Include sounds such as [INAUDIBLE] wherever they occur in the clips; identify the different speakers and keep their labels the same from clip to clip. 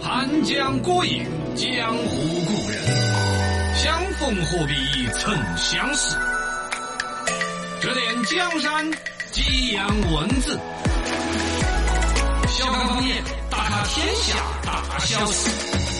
Speaker 1: 寒江孤影，江湖故人，相逢何必曾相识。指点江山，激扬文字，笑看方言，大看天下大小事。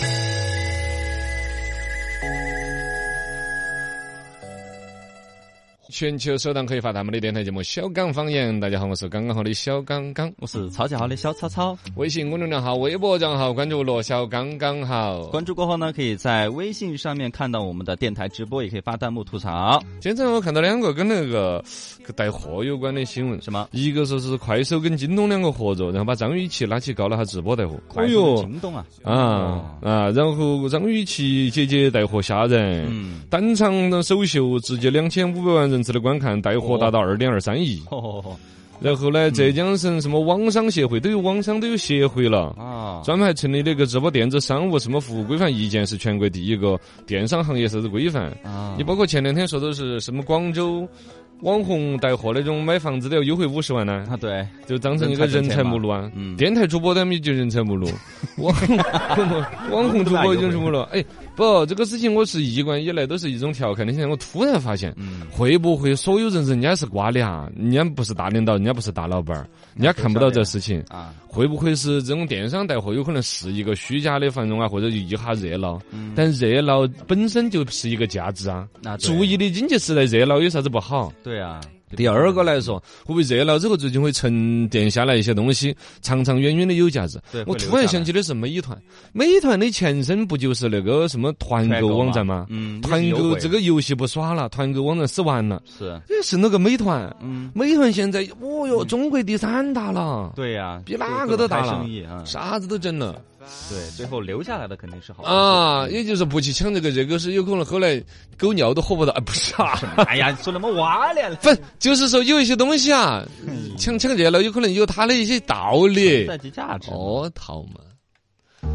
Speaker 2: 全球首档可以发弹幕的电台节目《小刚方言》，大家好，我是刚刚好的小刚刚。
Speaker 3: 我是超级好的小草草。
Speaker 2: 微信公众账号、微博账号关注“罗小刚刚好
Speaker 3: 关注过后呢，可以在微信上面看到我们的电台直播，也可以发弹幕吐槽。”。
Speaker 2: 现在我看到两个跟那个跟带货有关的新闻，
Speaker 3: 什么？
Speaker 2: 一个说是快手跟京东两个合作，然后把张雨绮拉起高了哈直播带货。哎
Speaker 3: 快手的行动啊！
Speaker 2: 啊啊！然后张雨绮姐姐带货吓人，
Speaker 3: 嗯
Speaker 2: 单场的首秀直接两千五百万人次的观看，带货达到二点二三亿。
Speaker 3: 哦
Speaker 2: 然后呢，浙江省什么网商协会都有网商都有协会了。
Speaker 3: 啊，
Speaker 2: 专门还成立了一个直播电子商务什么服务规范意见，是全国第一个电商行业啥子规范。
Speaker 3: 啊
Speaker 2: 你包括前两天说的是什么广州网红带货那种买房子都要优惠五十万呢、
Speaker 3: 啊对，
Speaker 2: 就当成一个人才目录啊。
Speaker 3: 嗯
Speaker 2: 电台主播他们就人才目
Speaker 3: [LAUGHS]
Speaker 2: 录，网红网红主播就是目录。哎，不，这个事情我是一贯以来都是一种调侃的。现在我突然发现，
Speaker 3: 嗯，
Speaker 2: 会不会所有人人家是瓜俩，人家不是大领导，人家不是大老板儿，人家看不到这事情。
Speaker 3: 啊，
Speaker 2: 会不会是这种电商带货有可能是一个虚假的繁荣啊，或者一哈热闹？
Speaker 3: 嗯
Speaker 2: 但热闹本身就是一个价值啊。
Speaker 3: 那对
Speaker 2: 注意的经济时代，热闹有啥子不好？
Speaker 3: 对啊，
Speaker 2: 第二个来说，会不会热闹之后最近会沉淀下来一些东西，长长远远的有价值
Speaker 3: 对？
Speaker 2: 我
Speaker 3: 会留
Speaker 2: 突然
Speaker 3: 下来
Speaker 2: 想起的是美团，美团的前身不就是那个什么团
Speaker 3: 团
Speaker 2: 购
Speaker 3: 购
Speaker 2: 网
Speaker 3: 嘛
Speaker 2: 站吗？
Speaker 3: 嗯，
Speaker 2: 团购这
Speaker 3: 个
Speaker 2: 个游戏不耍了，团购网站死完了，
Speaker 3: 是
Speaker 2: 哎是那个美团。
Speaker 3: 嗯，
Speaker 2: 美团现在，哦哟，中国第三大了。
Speaker 3: 对啊呀，
Speaker 2: 比哪个都大了
Speaker 3: 开生意啊，
Speaker 2: 啥子都整了
Speaker 3: 对，最后留下来的肯定是好东西。
Speaker 2: 啊！也就是不去抢这个热狗是有可能后来狗尿都喝不到，啊、不是啊，
Speaker 3: 哎呀，说那么娃脸了，
Speaker 2: 不是，就是说有一些东西啊，抢抢热闹有可能有它的一些道理
Speaker 3: 在。及价值。
Speaker 2: 哦，套嘛。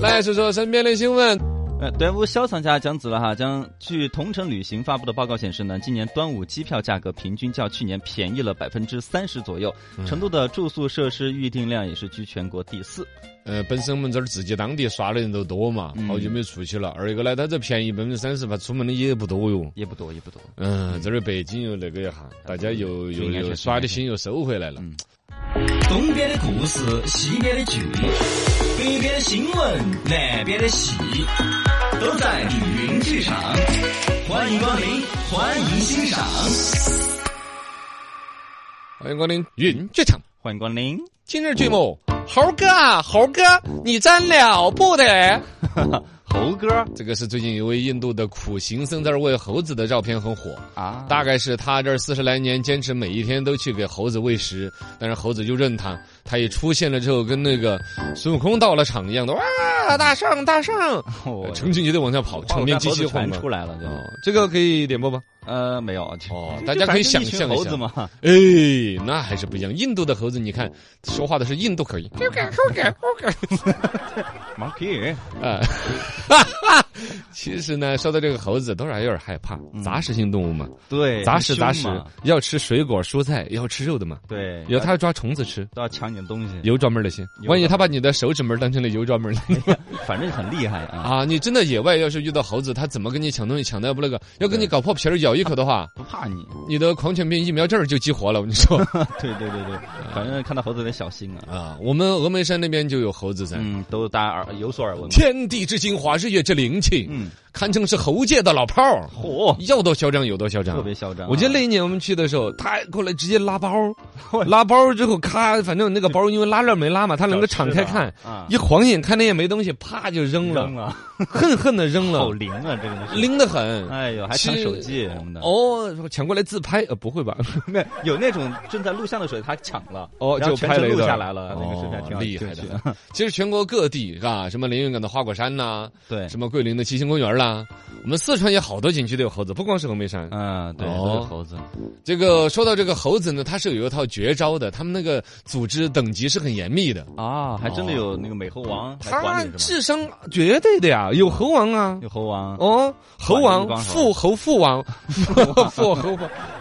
Speaker 2: 来说说身边的新闻，
Speaker 3: 呃，端午小长假将至了哈，将据同程旅行发布的报告显示呢，今年端午机票价格平均较去年便宜了百分之三十左右，
Speaker 2: 嗯
Speaker 3: 成都的住宿设施预订量也是居全国第四。
Speaker 2: 呃，本身我们这儿自己当地耍的人都多嘛，
Speaker 3: 嗯
Speaker 2: 好久没出去了。二一个呢，它这便宜百分之三十吧，出门的也不多哟。
Speaker 3: 也不多，也不多。
Speaker 2: 嗯，这儿北京又那个一下，大家又
Speaker 3: 就
Speaker 2: 又
Speaker 3: 应该是
Speaker 2: 又耍的心又收回来了。
Speaker 3: 嗯，
Speaker 4: 东边的故事，西边的距离，北边的新闻，南边的戏，都在凌云剧场。欢迎光临，欢迎欣赏。
Speaker 2: 欢迎光临云剧场。
Speaker 3: 欢迎光临。
Speaker 2: 今日剧目：猴哥啊，猴哥，你真了不得！
Speaker 3: 猴哥
Speaker 2: 这个是最近一位印度的苦行僧在这儿喂猴子的照片很火，
Speaker 3: 啊，
Speaker 2: 大概是他这儿四十来年坚持每一天都去给猴子喂食，但是猴子就认他，他一出现了之后，跟那个孙悟空到了场一样的哇，大圣大圣，
Speaker 3: 我
Speaker 2: 成群结队往上跑，场面极其
Speaker 3: 传
Speaker 2: 混
Speaker 3: 出
Speaker 2: 乱。
Speaker 3: 来了就。
Speaker 2: 哦，这个可以点播吗？
Speaker 3: 呃，没有，就
Speaker 2: 哦
Speaker 3: 就
Speaker 2: 大家可以想
Speaker 3: 就
Speaker 2: 象一
Speaker 3: 一群猴
Speaker 2: 下 [LAUGHS]
Speaker 3: 子嘛，
Speaker 2: 哎，那还是不一样。印度的猴子，你看说话的是印度口音，
Speaker 3: 毛皮人
Speaker 2: 啊，其实呢，说到这个猴子，多少有点害怕，杂食性动物嘛，
Speaker 3: 嗯对，
Speaker 2: 杂
Speaker 3: 很
Speaker 2: 食
Speaker 3: 凶
Speaker 2: 杂食
Speaker 3: 嘛，
Speaker 2: 要吃水果蔬菜，也要吃肉的嘛，
Speaker 3: 对，
Speaker 2: 有它要抓虫子吃。
Speaker 3: 都要抢你的东西，
Speaker 2: 油抓妹儿那些，
Speaker 3: 油
Speaker 2: 万一
Speaker 3: 抓
Speaker 2: 它把你的手指门儿当成了油抓妹儿呢
Speaker 3: 反正很厉害啊，
Speaker 2: 啊！你真的野外要是遇到猴子，它怎么跟你抢东西？抢的不那个，要跟你搞破皮儿咬一口的话，
Speaker 3: 不怕你。
Speaker 2: 你的狂犬病疫苗证儿就激活了。我跟你说
Speaker 3: 对对对对，反正看到猴子得小心啊。
Speaker 2: 啊，我们峨眉山那边就有猴子在。
Speaker 3: 嗯，都大家耳有所耳闻。
Speaker 2: 天地之精华，日月之灵气，
Speaker 3: 嗯，
Speaker 2: 堪称是猴界的老炮儿，
Speaker 3: 嚯，
Speaker 2: 要多嚣张有多嚣张，
Speaker 3: 特别嚣张啊。
Speaker 2: 我记得那一年我们去的时候，他过来直接拉包，
Speaker 3: [LAUGHS]
Speaker 2: 拉包之后咔，反正那个包因为拉链没拉嘛，他能够敞开看
Speaker 3: 找吃的啊，
Speaker 2: 一晃眼看那也没东西，啪就扔了
Speaker 3: 扔，了，
Speaker 2: 恨恨的扔
Speaker 3: 好
Speaker 2: 了，
Speaker 3: 灵啊，这个东西。
Speaker 2: 拎得很。
Speaker 3: 哎呦，还抢手机什么的。
Speaker 2: 哦，说抢过来自拍，呃，不会吧？ [LAUGHS]
Speaker 3: 没有，有那种正在录像的时候他抢了，
Speaker 2: 哦，
Speaker 3: 然后
Speaker 2: 就
Speaker 3: 全
Speaker 2: 拍了
Speaker 3: 程
Speaker 2: 一
Speaker 3: 录
Speaker 2: 段
Speaker 3: 下来了，那个视频还挺
Speaker 2: 哦
Speaker 3: 好
Speaker 2: 厉害
Speaker 3: 挺有
Speaker 2: 的
Speaker 3: 趣。
Speaker 2: 其实全国各地啊，什么连云港的花果山呐，
Speaker 3: 对，
Speaker 2: 什么桂林的七星公园啦，我们四川也好多景区都有猴子，不光是峨眉山。
Speaker 3: 嗯，对，
Speaker 2: 哦
Speaker 3: 都是猴子。
Speaker 2: 这个说到这个猴子呢，它是有一套绝招的，他们那个组织等级是很严密的。
Speaker 3: 啊，还真的有那个美猴王来
Speaker 2: 他
Speaker 3: 管理是吗？
Speaker 2: 智商绝对的呀，有猴王啊，
Speaker 3: 有猴王，
Speaker 2: 哦，猴
Speaker 3: 管理一
Speaker 2: 王、
Speaker 3: 帮猴 [LAUGHS]
Speaker 2: 父猴父王、不猴王，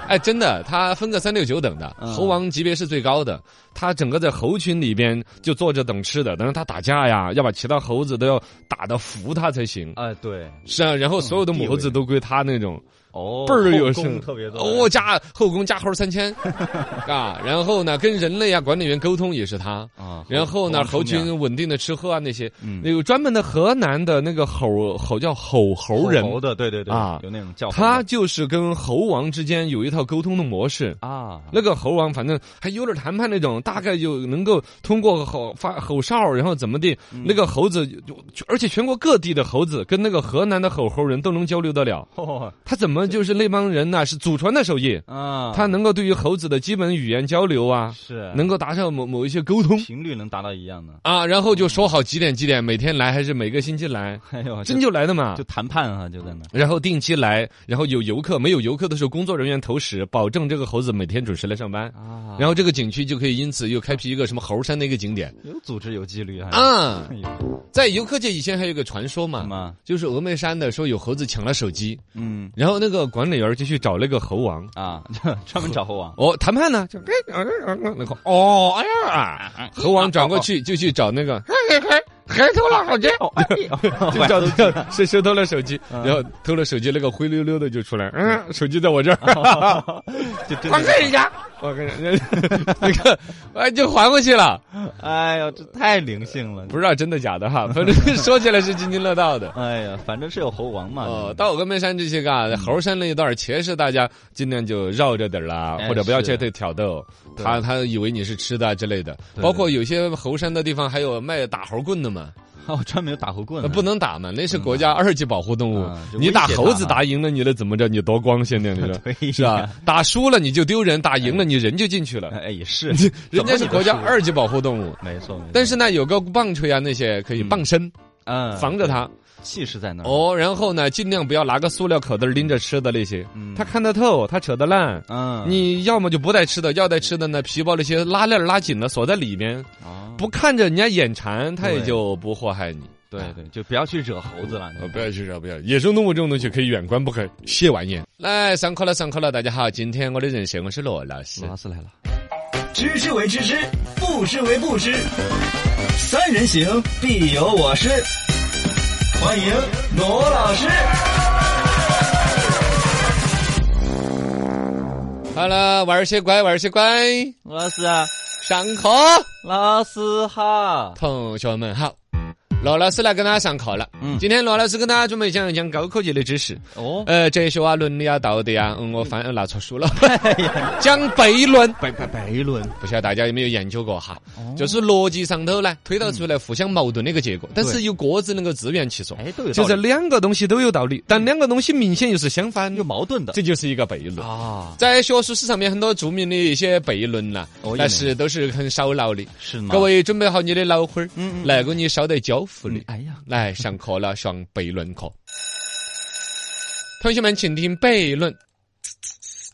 Speaker 2: 哎，真的，它分个三六九等的，
Speaker 3: 嗯
Speaker 2: 猴王级别是最高的。它整个在猴群里边就坐着等吃的，但是它打架呀，要把其他猴子都要打得服它才行。
Speaker 3: 哎，对，
Speaker 2: 是啊，然后所有的母猴子都归它那种，
Speaker 3: 哦，
Speaker 2: 倍儿有
Speaker 3: 后宫
Speaker 2: 生，
Speaker 3: 特别多，
Speaker 2: 哦，加后宫加猴三
Speaker 3: [LAUGHS]
Speaker 2: 千，啊，然后呢，跟人类啊管理员沟通也是它。
Speaker 3: 啊，
Speaker 2: 然后呢，猴
Speaker 3: 后宫出名
Speaker 2: 群稳定的吃喝啊，那些
Speaker 3: 嗯
Speaker 2: 有专门的河南的那个吼吼叫吼猴人，
Speaker 3: 猴的，对对对
Speaker 2: 啊
Speaker 3: 有那种叫猴
Speaker 2: 他
Speaker 3: 的
Speaker 2: 就是跟猴王之间有一套沟通的模式。
Speaker 3: 啊，
Speaker 2: 那个猴王反正还有点谈判那种，大概就能够通过吼发吼哨，然后怎么地，那个猴子就，就而且全国各地的猴子跟那个河南的吼猴人都能交流得了。
Speaker 3: 哦
Speaker 2: 他怎么就是那帮人呢、是祖传的手艺，
Speaker 3: 啊，
Speaker 2: 他能够对于猴子的基本语言交流啊，
Speaker 3: 是
Speaker 2: 能够达上某某一些沟通
Speaker 3: 频率能达到一样的，
Speaker 2: 啊，然后就说好几点几点每天来还是每个星期来，
Speaker 3: [LAUGHS] 哎呦，
Speaker 2: 真
Speaker 3: 就
Speaker 2: 就来的嘛
Speaker 3: 就。谈判啊，就在那。
Speaker 2: 然后定期来，然后有游客，没有游客的时候，工作人员投食，保证这个猴子每天准时来上班。
Speaker 3: 啊，
Speaker 2: 然后这个景区就可以因此又开辟一个什么猴山的一个景点
Speaker 3: 有组织有纪律啊！
Speaker 2: 啊
Speaker 3: 哎。呦，
Speaker 2: 在游客界以前还有一个传说
Speaker 3: 什
Speaker 2: 嘛，
Speaker 3: 么？
Speaker 2: 就是峨眉山的说有猴子抢了手机，
Speaker 3: 嗯
Speaker 2: 然后那个管理员就去找那个猴王。
Speaker 3: 啊， [LAUGHS] 专门找猴啊王
Speaker 2: 哦，谈判呢，就那个哦，哎呀，猴王转过去就去找那个，嘿嘿嘿，还偷了手机， [LAUGHS] 就找到是是偷了手机，
Speaker 3: 嗯
Speaker 2: 然后偷了手机那个灰溜溜的就出来，嗯，手机在我这儿，
Speaker 3: [LAUGHS] 就真
Speaker 2: 还
Speaker 3: 的，
Speaker 2: 给人家，我跟人家 [LAUGHS] 那个，哎，就还过去了。
Speaker 3: [LAUGHS] 哎呦，这太灵性了！
Speaker 2: 不知道真的假的哈，反正
Speaker 3: 嗯
Speaker 2: 说起来是津津乐道
Speaker 3: [LAUGHS]
Speaker 2: 的。
Speaker 3: 哎呀，反正是有猴王嘛。 [LAUGHS]
Speaker 2: 哦，
Speaker 3: 这
Speaker 2: 到峨眉山这些
Speaker 3: 嗯
Speaker 2: 个啊猴山那一段儿，其实大家尽量就绕着点儿啦，
Speaker 3: 哎
Speaker 2: 或者不要
Speaker 3: 是
Speaker 2: 去太挑逗。他他以为你是吃的啊之类的，
Speaker 3: 对
Speaker 2: 包括有些猴山的地方还有卖打猴棍的嘛，
Speaker 3: 哦，专门有打猴棍
Speaker 2: 呃
Speaker 3: 的，
Speaker 2: 不能打嘛，那是国家
Speaker 3: 嗯
Speaker 2: 二级保护动物
Speaker 3: 啊就。
Speaker 2: 你
Speaker 3: 威
Speaker 2: 打
Speaker 3: 胁
Speaker 2: 猴
Speaker 3: 它
Speaker 2: 子
Speaker 3: 嘛
Speaker 2: 打赢了，你能怎么着？你多光鲜
Speaker 3: [LAUGHS]
Speaker 2: 亮，你
Speaker 3: 对
Speaker 2: 说
Speaker 3: 呀
Speaker 2: [LAUGHS] 是吧？打输了你就丢人，打赢了你人就进去了。
Speaker 3: 哎也是，
Speaker 2: 人家是国家二级保护动物，
Speaker 3: 怎么 [LAUGHS] 你都是，没错。没错
Speaker 2: 但是呢，有个棒槌啊那些可以傍身，
Speaker 3: 嗯，
Speaker 2: 防着它。
Speaker 3: 气势在那儿。
Speaker 2: 哦，然后呢，尽量不要拿个塑料口袋拎着吃的那些，
Speaker 3: 嗯
Speaker 2: 他看得透，他扯得烂。
Speaker 3: 嗯，
Speaker 2: 你要么就不带吃的，要带吃的呢，皮包那些拉链拉紧了锁在里面，
Speaker 3: 哦
Speaker 2: 不看着人家眼馋，他也
Speaker 3: 对
Speaker 2: 就不祸害你。
Speaker 3: 对对，就不要去惹猴子了。
Speaker 2: 呃，不要去惹，不要。野生动物这种东西可以远观，不可亵玩焉。来，上课了，上课了，大家好，今天我的人设我是罗老师
Speaker 3: 罗。老师来了，
Speaker 4: 知之为知之，不知为不知。三人行，必有我师。欢迎罗老师。
Speaker 1: 啊
Speaker 2: 好了，玩儿些乖，玩儿些乖，
Speaker 3: 罗老师啊，
Speaker 2: 上课，
Speaker 3: 老师好。
Speaker 2: 同学们好。罗老师来跟大家上课了。
Speaker 3: 嗯
Speaker 2: 今天罗老师跟大家准备讲一讲高科技的知识。
Speaker 3: 哦，
Speaker 2: 呃，哲学啊、伦理啊、道德啊，嗯，我翻拿错 [LAUGHS] 书了。讲悖论，
Speaker 3: 白白白论
Speaker 2: 不晓得大家有没有研究过哈？就是逻辑上头呢，推导出来互相矛盾的一个结果，但是又各自能够自圆其说。
Speaker 3: 哎都有道理
Speaker 2: 嗯就是两个东西都有道理，但两个东西明显又是相反哦
Speaker 3: 有
Speaker 2: 的，
Speaker 3: 矛盾的
Speaker 2: 这就是一个悖论。
Speaker 3: 啊，
Speaker 2: 在学术史上面，很多著名的一些悖论呐
Speaker 3: 哦有，
Speaker 2: 那
Speaker 3: 哪
Speaker 2: 是都是很烧脑的。
Speaker 3: 是吗？
Speaker 2: 各，位准备好你的脑花儿
Speaker 3: 嗯，嗯
Speaker 2: 来给你烧得交付的。
Speaker 3: 哎呀，
Speaker 2: 来上课了，上悖论课。同学们，请听悖论：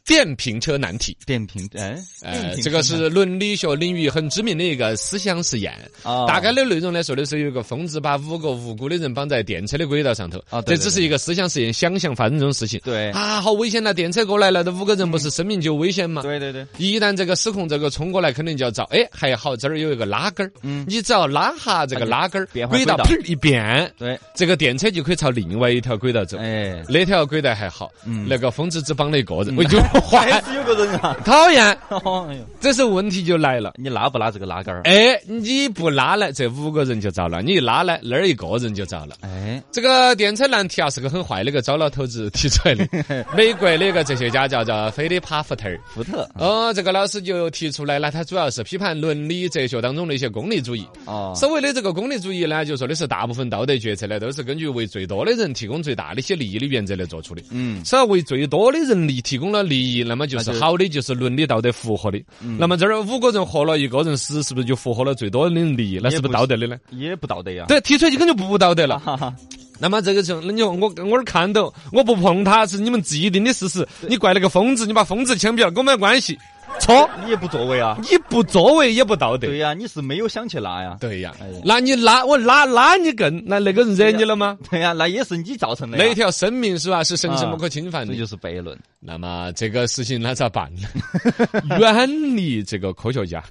Speaker 2: 电瓶车难题。
Speaker 3: 电瓶哎，
Speaker 2: 呃，这个是伦理学领域很知名的一个思想实验。
Speaker 3: 啊，
Speaker 2: 大概的内容呢，说的是有一个疯子把五个无辜的人绑在电车的轨道上头。
Speaker 3: 啊
Speaker 2: 这
Speaker 3: 对对
Speaker 2: 只是一个思想实验，想象发生这种事情。
Speaker 3: 对
Speaker 2: 啊，好危险呐！电车过来了，这五个人不是生命就危险嘛？
Speaker 3: 对对对，
Speaker 2: 一旦这个失控，这个冲过来肯定就要遭。哎，还好这儿有一个拉杆儿，
Speaker 3: 嗯
Speaker 2: 你只要拉下这个拉杆儿，
Speaker 3: 变换
Speaker 2: 轨道
Speaker 3: 轨道
Speaker 2: 砰一变，
Speaker 3: 对，
Speaker 2: 这个电车就可以朝另外一条轨道走。
Speaker 3: 哎，
Speaker 2: 那条轨道还好，
Speaker 3: 嗯
Speaker 2: 那个疯子只绑了一个人，我就
Speaker 3: [LAUGHS]
Speaker 2: 坏，
Speaker 3: 是有个人啊，
Speaker 2: 讨厌。
Speaker 3: 哦哎呦，
Speaker 2: 这时候问题就来了。
Speaker 3: 你拉不拉这个拉杆儿？
Speaker 2: 哎，你不拉来，这五个人就遭了；你一拉来，那儿一个人就遭了。
Speaker 3: 哎，
Speaker 2: 这个电车难题啊，是个很坏的一个糟老头子提出来
Speaker 3: [LAUGHS]
Speaker 2: 的。美国那个哲学家叫做菲利帕福特尔，
Speaker 3: 福特
Speaker 2: 哦，这个老师就提出来了，他主要是批判伦理哲学当中的一些功利主义。
Speaker 3: 哦，
Speaker 2: 所谓的这个功利主义呢，就说的是大部分道德决策呢，都是根据为最多的人提供最大的一些利益的原则来做出的。
Speaker 3: 嗯，
Speaker 2: 只要为最多的人利提供了利益，那么就是
Speaker 3: 那就
Speaker 2: 好的，就是伦理道德符合的。
Speaker 3: 嗯
Speaker 2: 那么这儿五个人活了，一个人死，是不是就符合了最多人的利益？那是不是道德的呢？
Speaker 3: 也不啊道德呀，
Speaker 2: 对，提出来就根本就不道德了。
Speaker 3: 哈哈，
Speaker 2: 那么这个时候，那你说我我儿看到，我不碰他是你们自己定的事实。你怪那个疯子，你把疯子枪毙了，跟我没有关系。错，
Speaker 3: 你也不作为啊？
Speaker 2: 你不作为也不道德。
Speaker 3: 对呀、你是没有想去拉呀？
Speaker 2: 对呀
Speaker 3: 哎呀，
Speaker 2: 那你拉我拉拉你更，那那个人惹你了吗？
Speaker 3: 对呀、那也是你造成的呀。
Speaker 2: 那一条生命是吧？是神圣不可侵犯
Speaker 3: 这
Speaker 2: 的。
Speaker 3: 就是悖论。
Speaker 2: 那么这个事情那咋办
Speaker 3: [LAUGHS]
Speaker 2: 呢？远离这个科学家，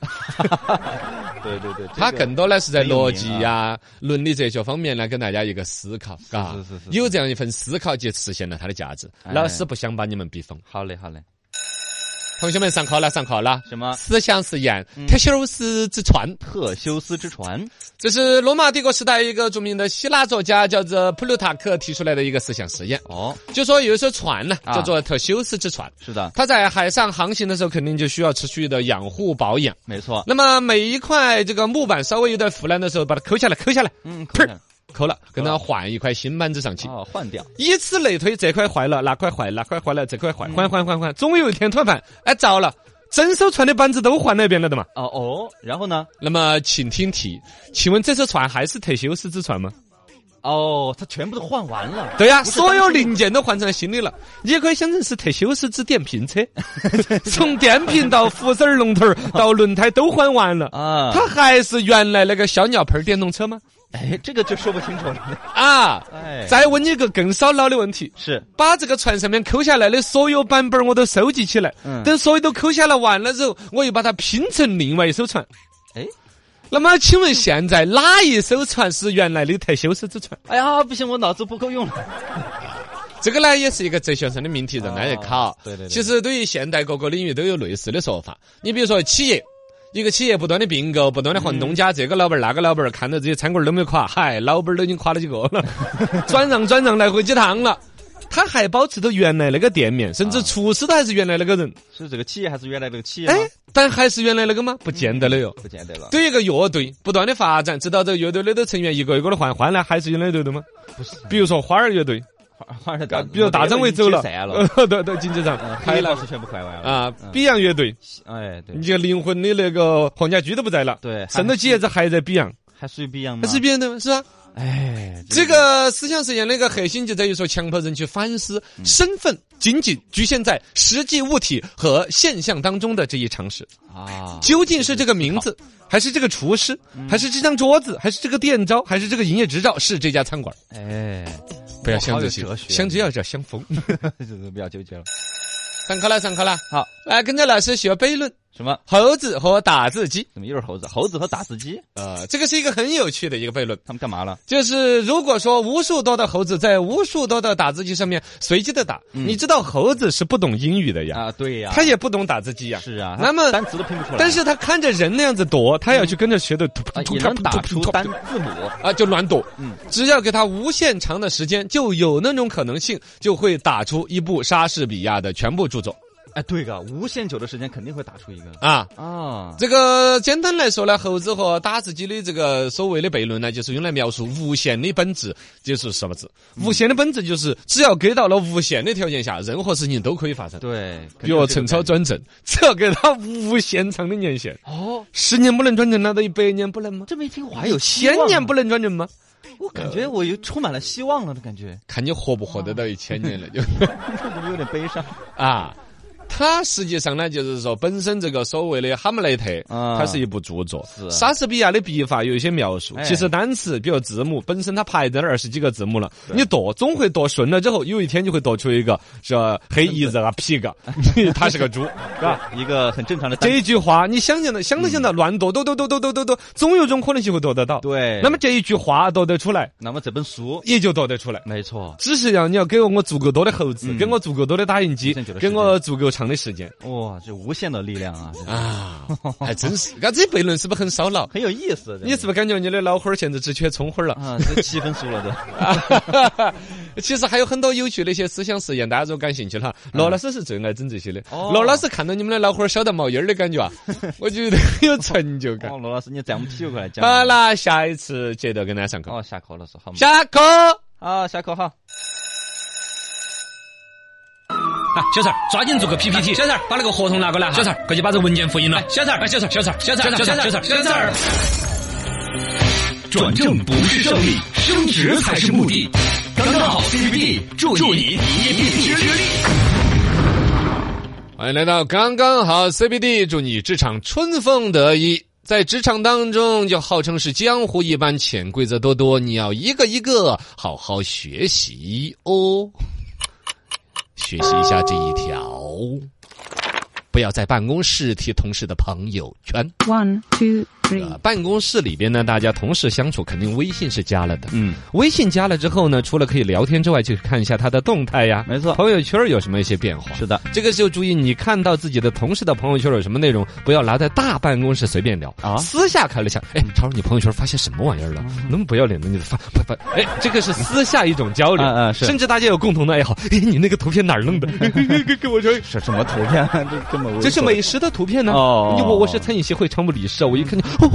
Speaker 3: 对对对，这
Speaker 2: 他
Speaker 3: 个
Speaker 2: 更多呢是在
Speaker 3: 很有
Speaker 2: 逻
Speaker 3: 名
Speaker 2: 辑
Speaker 3: 啊
Speaker 2: 呀、伦理哲学方面呢，跟大家一个思考，嘎，
Speaker 3: 是是是
Speaker 2: 有这样一份思考就实现了它的价值。
Speaker 3: 哎
Speaker 2: 老师不想把你们逼疯，
Speaker 3: 好嘞好嘞。
Speaker 2: 同学们上课了，上课了。
Speaker 3: 什么
Speaker 2: 思想实验，
Speaker 3: 嗯
Speaker 2: 特修斯之船，
Speaker 3: 特修斯之船，
Speaker 2: 这是罗马帝国时代一个著名的希腊作家叫做普鲁塔克提出来的一个思想实验。
Speaker 3: 哦，
Speaker 2: 就说有一艘船呢，
Speaker 3: 啊
Speaker 2: 叫做特修斯之船。
Speaker 3: 是的，
Speaker 2: 它在海上航行的时候，肯定就需要持续的养护保养。
Speaker 3: 没错。
Speaker 2: 那么每一块这个木板稍微有点腐烂的时候，把它抠下来，抠下来，啊
Speaker 3: 嗯，可
Speaker 2: 呸
Speaker 3: 能
Speaker 2: 抠了，跟它换一块新板子上去。
Speaker 3: 哦，换掉，
Speaker 2: 以此类推，这块坏了，那块坏，那块坏了，这块坏，换换换换，总有一天突然发现，哎，糟了，整艘船的板子都换那边了的嘛。
Speaker 3: 哦哦，然后呢？
Speaker 2: 那么，请听题，请问这艘船还是特修斯之船吗？
Speaker 3: 哦，它全部都换完了。
Speaker 2: 对呀、所有零件都换成新的了。你也可以想成是特修斯之电瓶
Speaker 3: [LAUGHS]
Speaker 2: 车，从电瓶到扶手龙头儿到轮胎都换完了。
Speaker 3: 啊，
Speaker 2: 它还是原来那个小尿盆儿电动车吗？
Speaker 3: 哎，这个就说不清楚了。
Speaker 2: 啊！
Speaker 3: 哎，
Speaker 2: 再问你一个更烧脑的问题。
Speaker 3: 是
Speaker 2: 把这个船上面抠下来的所有版本儿我都收集起来，
Speaker 3: 嗯
Speaker 2: 等所有都抠下来完了之后，我又把它拼成另外一艘船。
Speaker 3: 哎，
Speaker 2: 那么，请问现在哪一艘船是原来的特修斯之船？
Speaker 3: 哎呀，不行，我脑子不够用了。
Speaker 2: 这个呢，也是一个哲学上的命题，让大家考。
Speaker 3: 哦对对对
Speaker 2: 其实对于现代各个领域都有类似的说法。你比如说企业。一个企业不断的并购，不断的
Speaker 3: 嗯
Speaker 2: 换东家，这个老板儿那个老板儿，看到这些餐馆儿都没有垮，嗨，老板儿都已经垮了几个了， [LAUGHS] 转让转让来回几趟了，他还保持着原来那个店面，甚至厨师都还是原来那个人，
Speaker 3: 是这个企业还啊是原来这个企业吗
Speaker 2: 哎？，但还是原来那个吗？不见得了哟。
Speaker 3: 不见得 [LAUGHS] 了，
Speaker 2: 对一个乐队不断的发展，直到这个乐队里的成员一个一个的换，换来还是原来的乐队吗？
Speaker 3: 不是，
Speaker 2: 比如说花儿乐队，
Speaker 3: 换了大，
Speaker 2: 比如大张伟走了，
Speaker 3: 散了，
Speaker 2: 呃 [LAUGHS] 对对，竞技场
Speaker 3: 嗯， [LAUGHS]
Speaker 2: 还
Speaker 3: 黑
Speaker 2: 有
Speaker 3: 老师全部快完了。嗯
Speaker 2: 啊，比洋乐队，
Speaker 3: 哎，对
Speaker 2: 你，这个灵魂的那个黄家驹都不在了，
Speaker 3: 对
Speaker 2: 剩了几爷子还在比洋，
Speaker 3: 还属于不一样吗？
Speaker 2: 还是别人的是吧？
Speaker 3: 哎，
Speaker 2: 这个思想实验的一个核心就在于说，强迫人去反思
Speaker 3: 嗯
Speaker 2: 身份仅仅局限在实际物体和现象当中的这一常识，
Speaker 3: 啊，
Speaker 2: 究竟是这个名字，还是这个厨师，
Speaker 3: 嗯
Speaker 2: 还是这张桌子，还是这个店招，还是这个营业执照，是这家餐馆？
Speaker 3: 哎， [LAUGHS]
Speaker 2: 不要
Speaker 3: 哇
Speaker 2: 想
Speaker 3: 好
Speaker 2: 这
Speaker 3: 有
Speaker 2: 些
Speaker 3: 哲，学啊
Speaker 2: 想这要叫相逢。 [LAUGHS]
Speaker 3: 就是不要纠结了。
Speaker 2: 上课了，上课了，
Speaker 3: 好，
Speaker 2: 来跟着老师学悖论：
Speaker 3: 什么？
Speaker 2: 猴子和打字机。
Speaker 3: 怎么又是猴子？猴子和打字机，
Speaker 2: 呃，这个是一个很有趣的一个悖论，
Speaker 3: 他们干嘛了？
Speaker 2: 就是如果说无数多的猴子在无数多的打字机上面随机的打，你知道猴子是不懂英语的呀，
Speaker 3: 啊，对呀，
Speaker 2: 它也不懂打字机呀，
Speaker 3: 是啊，
Speaker 2: 那么
Speaker 3: 单词都拼不出来，
Speaker 2: 但是它看着人那样子躲，它要去跟着学的，
Speaker 3: 啊也能打出单字母。
Speaker 2: 啊，就乱躲。
Speaker 3: 嗯
Speaker 2: 只要给它无限长的时间，就有那种可能性，就会打出一部莎士比亚的全部著作
Speaker 3: 哎，对个，无限久的时间肯定会打出一个
Speaker 2: 啊。
Speaker 3: 啊。
Speaker 2: 这个简单来说呢，猴子和打字机的这个所谓的悖论呢，就是用来描述无限的本质，就是什么字？无限的本质就是只要给到了无限的条件下，任何事情都可以发生。
Speaker 3: 对，
Speaker 2: 比如陈超转正，只要给他无限长的年限，
Speaker 3: 哦，
Speaker 2: 十年不能转正，难道一百年不能吗？
Speaker 3: 这么一听我还有希
Speaker 2: 千
Speaker 3: 望啊
Speaker 2: 年不，能转正吗？
Speaker 3: 我感觉我又充满了希望了的感 [LAUGHS] 觉，
Speaker 2: 看你活不活得到一千年了就
Speaker 3: 怎么有点悲伤？
Speaker 2: 啊。它实际上呢，就是说，本身这个所谓的《哈姆雷特》，
Speaker 3: 啊
Speaker 2: 它是一部著作
Speaker 3: 是。
Speaker 2: 莎士比亚的笔法有一些描述，
Speaker 3: 哎
Speaker 2: 其实单词，比如字母，本身它排在那二十几个字母了，你剁总会剁顺了之后，有一天就会剁出一个是吧黑椅子啊、屁个，它是个猪，是吧？
Speaker 3: 一个很正常的单
Speaker 2: 这一句话，你想想的，想都想到乱剁，剁剁剁剁剁剁剁，总有一种可能性会剁得到。
Speaker 3: 对。
Speaker 2: 那么这一句话剁得出来，
Speaker 3: 那么这本书，
Speaker 2: 也就剁得出来。
Speaker 3: 没错，
Speaker 2: 只是要你要给我足够多的猴子，给我足够多的打印机
Speaker 3: 无限久，的时
Speaker 2: 给
Speaker 3: 间
Speaker 2: 我足够长的时间
Speaker 3: 哇，这无限的力量啊，这
Speaker 2: 啊！ [LAUGHS] 还真是，那这悖论是不是很烧脑？
Speaker 3: 很有意思。
Speaker 2: 你是不是感觉你的脑花儿现在只缺葱花儿了？
Speaker 3: 啊，这七分熟了
Speaker 2: [LAUGHS]
Speaker 3: 都。啊
Speaker 2: 其实还有很多有趣的一些思想实验，大家如果感兴趣的话，罗老师是最爱整这些的。
Speaker 3: 啊哦
Speaker 2: 罗老师看到你们的脑花儿小到冒烟儿的感
Speaker 3: [LAUGHS]
Speaker 2: 觉啊，我觉得很有成就感
Speaker 3: 哦，。罗老师，你这样屁股过来讲。
Speaker 2: 好啦，下一次接着跟大家上课。
Speaker 3: 哦，下课了是好嘛？
Speaker 2: 下课。
Speaker 3: 啊，下课哈。
Speaker 1: 小陈儿，抓紧做个 PPT。小陈啊儿，把那个合同拿过来。小陈儿，快去把这文件复印了。小陈儿，哎，小陈儿，小陈儿，小陈儿，小陈儿，小陈儿，小陈儿。
Speaker 4: 转正不是胜利，升职才是目的。刚刚好 CCB，祝你一臂之力。
Speaker 2: 欢迎来到刚刚好 CBD，祝你职场春风得意。在职场当中，就号称是江湖一般，潜规则多多，你要一个一个好好学习哦。学习一下这一条，不要在办公室贴同事的朋友圈。
Speaker 5: One, two, three.
Speaker 3: 嗯
Speaker 2: 呃办公室里边呢，大家同事相处肯定微信是加了的。
Speaker 3: 嗯，
Speaker 2: 微信加了之后呢，除了可以聊天之外，就看一下他的动态呀，
Speaker 3: 没错
Speaker 2: 朋友圈有什么一些变化。
Speaker 3: 是的，
Speaker 2: 这个时候注意，你看到自己的同事的朋友圈有什么内容，不要拿在大办公室随便聊
Speaker 3: 啊
Speaker 2: 私下看了一下，哎，超儿，你朋友圈发现什么玩意儿了？那么不要脸的，你发发发，哎，这个是私下一种交流，
Speaker 3: 嗯嗯是
Speaker 2: 甚至大家有共同的爱好， [LAUGHS] 哎，你那个图片哪儿弄 [LAUGHS] 的？给给我说。
Speaker 3: 这什么图片啊？这这么猥琐
Speaker 2: 这是美食的图片呢、
Speaker 3: 哦
Speaker 2: 我我是餐饮协会常务理事啊，我一看就，哦哦哦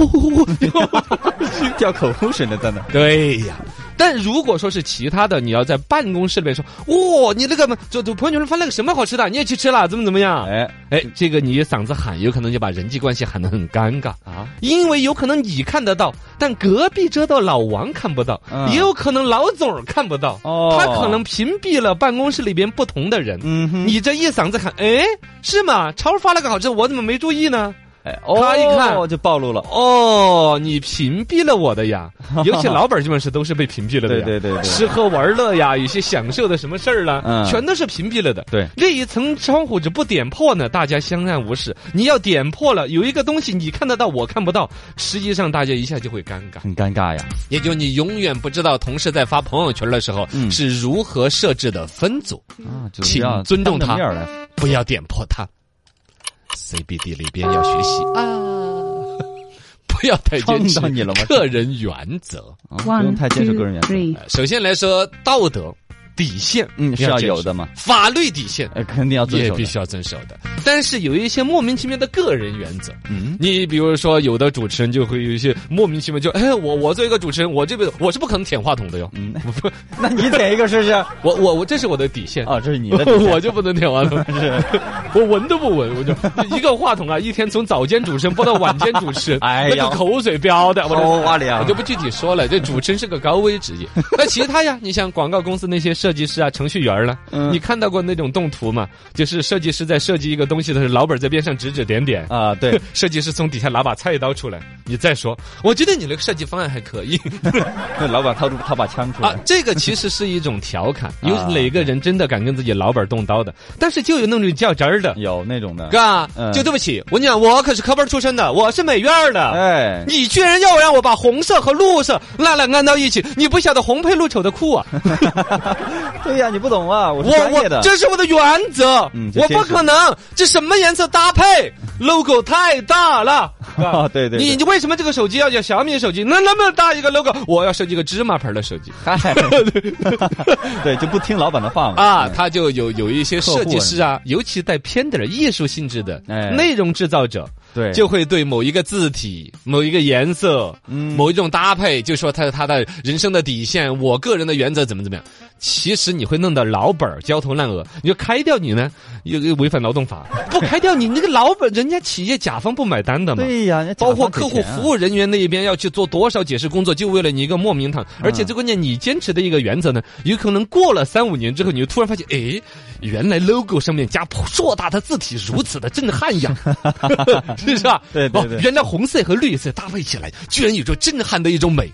Speaker 2: 哦哦，
Speaker 3: 掉口水呢，在那。
Speaker 2: [LAUGHS] 对呀。但如果说是其他的，你要在办公室里面说，哇、你那个就就朋友圈发那个什么好吃的，你也去吃了，怎么怎么样？哎
Speaker 3: 哎
Speaker 2: 这个你嗓子喊，有可能就把人际关系喊得很尴尬，
Speaker 3: 啊，
Speaker 2: 因为有可能你看得到，但隔壁遮到老王看不到，
Speaker 3: 嗯
Speaker 2: 也有可能老总儿看不到，
Speaker 3: 哦
Speaker 2: 他可能屏蔽了办公室里边不同的人。
Speaker 3: 嗯哼，
Speaker 2: 你这一嗓子喊，哎，是吗？超儿发了个好吃，我怎么没注意呢？
Speaker 3: 哎，
Speaker 2: 他一看
Speaker 3: 哦就暴露了。
Speaker 2: 哦，你屏蔽了我的
Speaker 3: [LAUGHS]
Speaker 2: 呀！尤其老板儿基本上都是被屏蔽了的呀，
Speaker 3: 对对对对
Speaker 2: 吃喝玩乐呀，有些享受的什么事儿啦，
Speaker 3: 嗯
Speaker 2: 全都是屏蔽了的。
Speaker 3: 对
Speaker 2: 那一层窗户纸不点破呢，大家相安无事；你要点破了，有一个东西你看得到，我看不到，实际上大家一下就会尴尬。
Speaker 3: 很尴尬呀，
Speaker 2: 也就你永远不知道同事在发朋友圈的时候、
Speaker 3: 嗯
Speaker 2: 是如何设置的分组，
Speaker 3: 啊，就
Speaker 2: 请
Speaker 3: 是要
Speaker 2: 尊重
Speaker 3: 当着
Speaker 2: 他
Speaker 3: 面儿来。
Speaker 2: 不要点破它。CBD 里边要学习啊，
Speaker 3: Uh,
Speaker 2: 不要太坚持
Speaker 3: 撞到你了吗
Speaker 2: 个人原则。
Speaker 3: 啊不
Speaker 5: One,
Speaker 3: 用太坚持
Speaker 5: two,
Speaker 3: 个人原则。
Speaker 5: three.
Speaker 2: 呃首先来说，道德底线，
Speaker 3: 嗯，是
Speaker 2: 你坚
Speaker 3: 要
Speaker 2: 持
Speaker 3: 有的嘛，
Speaker 2: 法律底线
Speaker 3: 哎，肯定要遵
Speaker 2: 也
Speaker 3: 守的。
Speaker 2: 必须要遵守的。但是有一些莫名其妙的个人原则，
Speaker 3: [LAUGHS] 嗯，
Speaker 2: 你比如说，有的主持人就会有一些莫名其妙，就哎，我我作为一个主持人，我这辈子我是不可能舔话筒的哟。
Speaker 3: 嗯，那你点一个 [LAUGHS] 试试？啊，
Speaker 2: [LAUGHS] 我我我，这是我的底线。
Speaker 3: 这是哦你的底 [LAUGHS]
Speaker 2: [LAUGHS]
Speaker 3: 线。
Speaker 2: 我就不能舔话筒， [LAUGHS] 我闻都不闻，我就一个话筒啊，一天从早间主持人播到晚间主持人，
Speaker 3: [LAUGHS] 哎哦呀
Speaker 2: 那个口水飙的，我
Speaker 3: 好
Speaker 2: 这
Speaker 3: 哇凉
Speaker 2: 我就不具体说了，这主持人是个高危职
Speaker 3: [LAUGHS]
Speaker 2: 业。那其他呀，你像广告公司那些设计师啊、程序员儿呢，
Speaker 3: 嗯
Speaker 2: 你看到过那种动图吗？就是设计师在设计一个东西的时候，老板在边上指指点点。
Speaker 3: [LAUGHS] 啊，对，
Speaker 2: [LAUGHS] 设计师从底下拿把菜刀出来，你再说，我觉得你那个设计方案还可
Speaker 3: [LAUGHS]
Speaker 2: 以
Speaker 3: [LAUGHS] 那老板掏出掏把枪出
Speaker 2: 啊
Speaker 3: 来。。
Speaker 2: 这个其实是一种调侃，有
Speaker 3: 啊
Speaker 2: 哪个人真的敢跟自己老板动刀的？但是就有那种较真儿的，
Speaker 3: 有那种的，
Speaker 2: 哥
Speaker 3: 嗯，
Speaker 2: 就对不起，我跟你讲，我可是科班出身的，我是美院儿的。
Speaker 3: 哎，
Speaker 2: 你居然要让我把红色和绿色那俩按到一起，你不晓得红配绿丑的酷啊！
Speaker 3: 对呀，你 [LAUGHS] 不懂啊，我是
Speaker 2: 我
Speaker 3: 专业
Speaker 2: 我
Speaker 3: 的。
Speaker 2: 这是我的原则，
Speaker 3: 嗯这
Speaker 2: 我不
Speaker 3: 坚持
Speaker 2: 可能这什么颜色搭配 logo 太大了。
Speaker 3: 啊，对对，
Speaker 2: 你
Speaker 3: 对
Speaker 2: 你为什么这个手机要叫小米手机？那那么大一个 logo，我要设计一个芝麻牌的手机。
Speaker 3: 嗨， [LAUGHS] 对，就不听老板的话嘛。
Speaker 2: 啊，他就有有一些
Speaker 3: 客户
Speaker 2: 设计师啊，尤其带偏点儿艺术性质的、
Speaker 3: 哎
Speaker 2: 内容制造者，
Speaker 3: 对，
Speaker 2: 就会对某一个字体、某一个颜色、
Speaker 3: 嗯
Speaker 2: 某一种搭配，就说他他的人生的底线，我个人的原则怎么怎么样。其实你会弄得老本儿焦头烂额，你就开掉你呢，又又违反劳动
Speaker 3: [LAUGHS]
Speaker 2: 法；不开掉你，你那个老本，人家企业甲方不买单的嘛。
Speaker 3: 对呀，人家
Speaker 2: 包括
Speaker 3: 甲方
Speaker 2: 客
Speaker 3: 给
Speaker 2: 户
Speaker 3: 钱啊
Speaker 2: 服务人员那一边要去做多少解释工作，就为了你一个莫名堂。而
Speaker 3: 嗯
Speaker 2: 且最关键，你坚持的一个原则呢，有可能过了三五年之后，你就突然发现，哎，原来 logo 上面加硕大的字体如此的震撼
Speaker 3: [LAUGHS]
Speaker 2: 呀，是不是啊？
Speaker 3: 对对对
Speaker 2: 哦，原来红色和绿色搭配起来，居然有着震撼的一种美。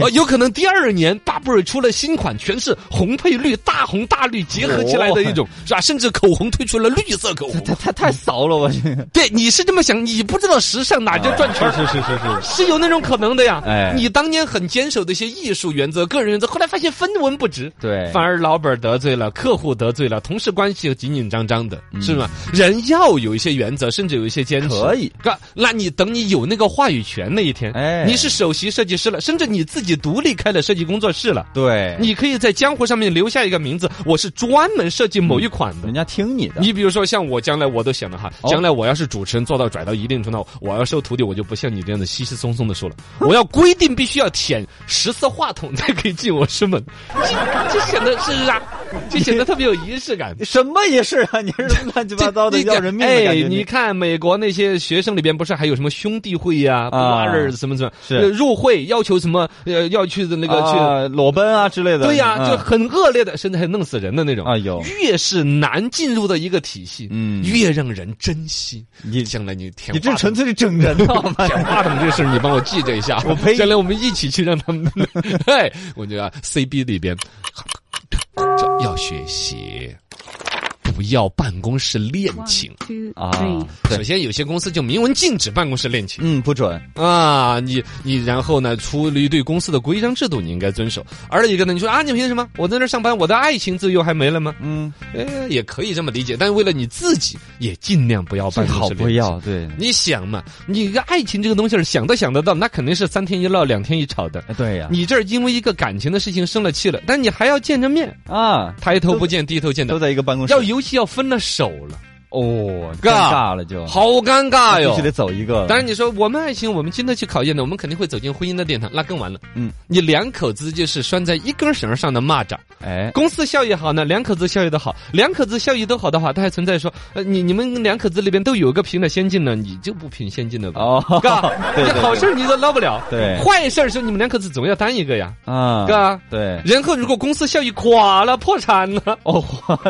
Speaker 2: 哦，有可能第二年大布尔出了新款，全是红配绿，大红大绿结合起来的一
Speaker 3: 哦
Speaker 2: 种，是吧？甚至口红推出了绿色口红。
Speaker 3: 太太太骚了，我去。
Speaker 2: 对，你是这么想，你不知道时尚啊哪就转圈儿。
Speaker 3: 是是是是是，
Speaker 2: 是有那种可能的呀。
Speaker 3: 哎
Speaker 2: 你当年很坚守的一些艺术原则、个人原则，后来发现分文不值。
Speaker 3: 对，
Speaker 2: 反而老板儿得罪了，客户得罪了，同事关系紧紧张张的，是吗？人要有一些原则，甚至有一些坚持。
Speaker 3: 嗯可以
Speaker 2: 哥，那你等你有那个话语权那一天，
Speaker 3: 哎
Speaker 2: 你是首席设计师了，甚至你自己独立开了设计工作室了，
Speaker 3: 对，
Speaker 2: 你可以在江湖上面留下一个名字，我是专门设计某一款的。
Speaker 3: 人家听你的，
Speaker 2: 你比如说像我将来我都想了哈，
Speaker 3: 哦
Speaker 2: 将来我要是主持人做到拽到一定程度，我要收徒弟，我就不像你这样的稀稀松松的说了，我要规定必须要舔十次话筒才可以进我师门，这这显得是不是啊？就显得特别有仪式
Speaker 3: [LAUGHS]
Speaker 2: 感。
Speaker 3: 什么也是啊，你
Speaker 2: [LAUGHS]
Speaker 3: 是乱七八糟的
Speaker 2: 这
Speaker 3: 要人命的感
Speaker 2: 哎
Speaker 3: 觉，，
Speaker 2: 你看美国那些学生里边不是还有什么兄弟会呀、
Speaker 3: 啊
Speaker 2: brothers 什么什么，
Speaker 3: 是
Speaker 2: 呃入会要求什么呃要去的那个去，
Speaker 3: 啊裸奔啊之类的，
Speaker 2: 对呀、
Speaker 3: 嗯
Speaker 2: 就很恶劣的，甚至还弄死人的那种。
Speaker 3: 啊有
Speaker 2: 越是难进入的一个体系，
Speaker 3: 嗯
Speaker 2: 越让人珍惜。
Speaker 3: 你
Speaker 2: 将来你天
Speaker 3: 你这
Speaker 2: 花
Speaker 3: 纯粹是整
Speaker 2: [LAUGHS]
Speaker 3: 人的好吗？
Speaker 2: 讲话筒这事儿，你帮我记着一下。
Speaker 3: 我呸
Speaker 2: 将来我们一起去让他们， [LAUGHS] 哎，我觉得 CB 里边这要学习，不要办公室恋情。
Speaker 5: two,
Speaker 3: 啊，
Speaker 5: three.
Speaker 3: 对
Speaker 2: 首，先，有些公司就明文禁止办公室恋情
Speaker 3: 嗯，不准，
Speaker 2: 啊！你你然后呢，出于对公司的规章制度，你应该遵守。而一个呢，你说啊，你凭什么？我在这儿上班，我的爱情自由还没了吗？
Speaker 3: 嗯，
Speaker 2: 呃，也可以这么理解，但为了你自己，也尽量不要
Speaker 3: 最
Speaker 2: 办公
Speaker 3: 好
Speaker 2: 室
Speaker 3: 不
Speaker 2: 恋情。
Speaker 3: 要，对，
Speaker 2: 你想嘛，你个爱情这个东西儿，想都想得到，那肯定是三天一闹，两天一吵的。
Speaker 3: 哎对呀，
Speaker 2: 你这儿因为一个感情的事情生了气了，但你还要见着面，
Speaker 3: 啊，
Speaker 2: 抬头不见低头见
Speaker 3: 都
Speaker 2: 的，
Speaker 3: 在一个办公室，
Speaker 2: 要尤其要分了手了，
Speaker 3: 哦，
Speaker 2: 尬
Speaker 3: 尴尬了就，
Speaker 2: 好尴尬
Speaker 3: 必
Speaker 2: 哟
Speaker 3: 须。得走一个，
Speaker 2: 当然，你说我们爱情，我们经得起考验的，我们肯定会走进婚姻的殿堂，那更完了。
Speaker 3: 嗯，
Speaker 2: 你两口子就是拴在一根绳上的蚂蚱。
Speaker 3: 哎，
Speaker 2: 公司效益好呢，两口子效益都好，两口子效益都好的话，它还存在说，呃，你你们两口子里边都有一个评的先进呢，你就不评先进的吧？
Speaker 3: 哦，
Speaker 2: [LAUGHS] 嘎，
Speaker 3: [LAUGHS] 对
Speaker 2: 这
Speaker 3: 对
Speaker 2: 好事儿你都捞不了，
Speaker 3: 对
Speaker 2: 坏事儿是你们两口子总要担一个呀，
Speaker 3: 啊，
Speaker 2: 嘎。
Speaker 3: 对，
Speaker 2: 然后如果公司效益垮了、破产
Speaker 3: [LAUGHS]
Speaker 2: 了，
Speaker 3: 哦，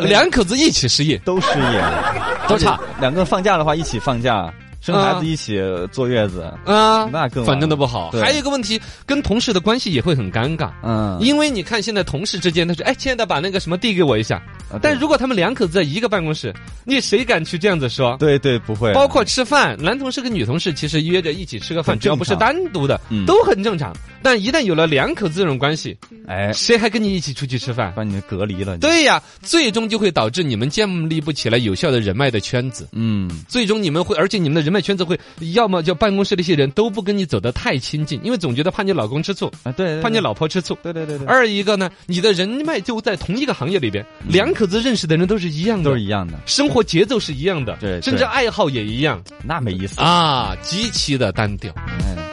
Speaker 2: 两口子一起失业，
Speaker 3: 都失业了，
Speaker 2: 都差
Speaker 3: 而且两个人放假的话，一起放假，生孩
Speaker 2: 啊
Speaker 3: 子一起坐月子，
Speaker 2: 啊，
Speaker 3: 那更完了
Speaker 2: 反正都不好。
Speaker 3: 对
Speaker 2: 还有一个问题，跟同事的关系也会很尴尬。
Speaker 3: 嗯，
Speaker 2: 因为你看，现在同事之间，他说：“哎，亲爱的，把那个什么递给我一下。
Speaker 3: 啊”
Speaker 2: 但
Speaker 3: 对
Speaker 2: 如果他们两口子在一个办公室，你谁敢去这样子说？
Speaker 3: 对对不会，
Speaker 2: 包括吃饭，男同事跟女同事其实约着一起吃个饭，
Speaker 3: 很
Speaker 2: 只要不是
Speaker 3: 正常
Speaker 2: 单独的
Speaker 3: 嗯，
Speaker 2: 都很正常。但一旦有了两口子这种关系，
Speaker 3: 哎，
Speaker 2: 谁还跟你一起出去吃饭？
Speaker 3: 把你隔离了，你，
Speaker 2: 对呀，最终就会导致你们建立不起来有效的人脉的圈子。
Speaker 3: 嗯，
Speaker 2: 最终你们会，而且你们的人脉圈子会，要么就办公室那些人都不跟你走得太亲近，因为总觉得怕你老公吃醋，
Speaker 3: 啊对，对
Speaker 2: 怕你，
Speaker 3: 对
Speaker 2: 老婆吃醋。
Speaker 3: 对对对对，
Speaker 2: 二一个呢，你的人脉就在同一个行业里边，两口子认识的人都是一样的，
Speaker 3: 嗯都是一样的，
Speaker 2: 生活节奏是一样的，
Speaker 3: 对对
Speaker 2: 甚至爱好也一样
Speaker 3: 那没意思，
Speaker 2: 啊，极其的单调。
Speaker 3: 哎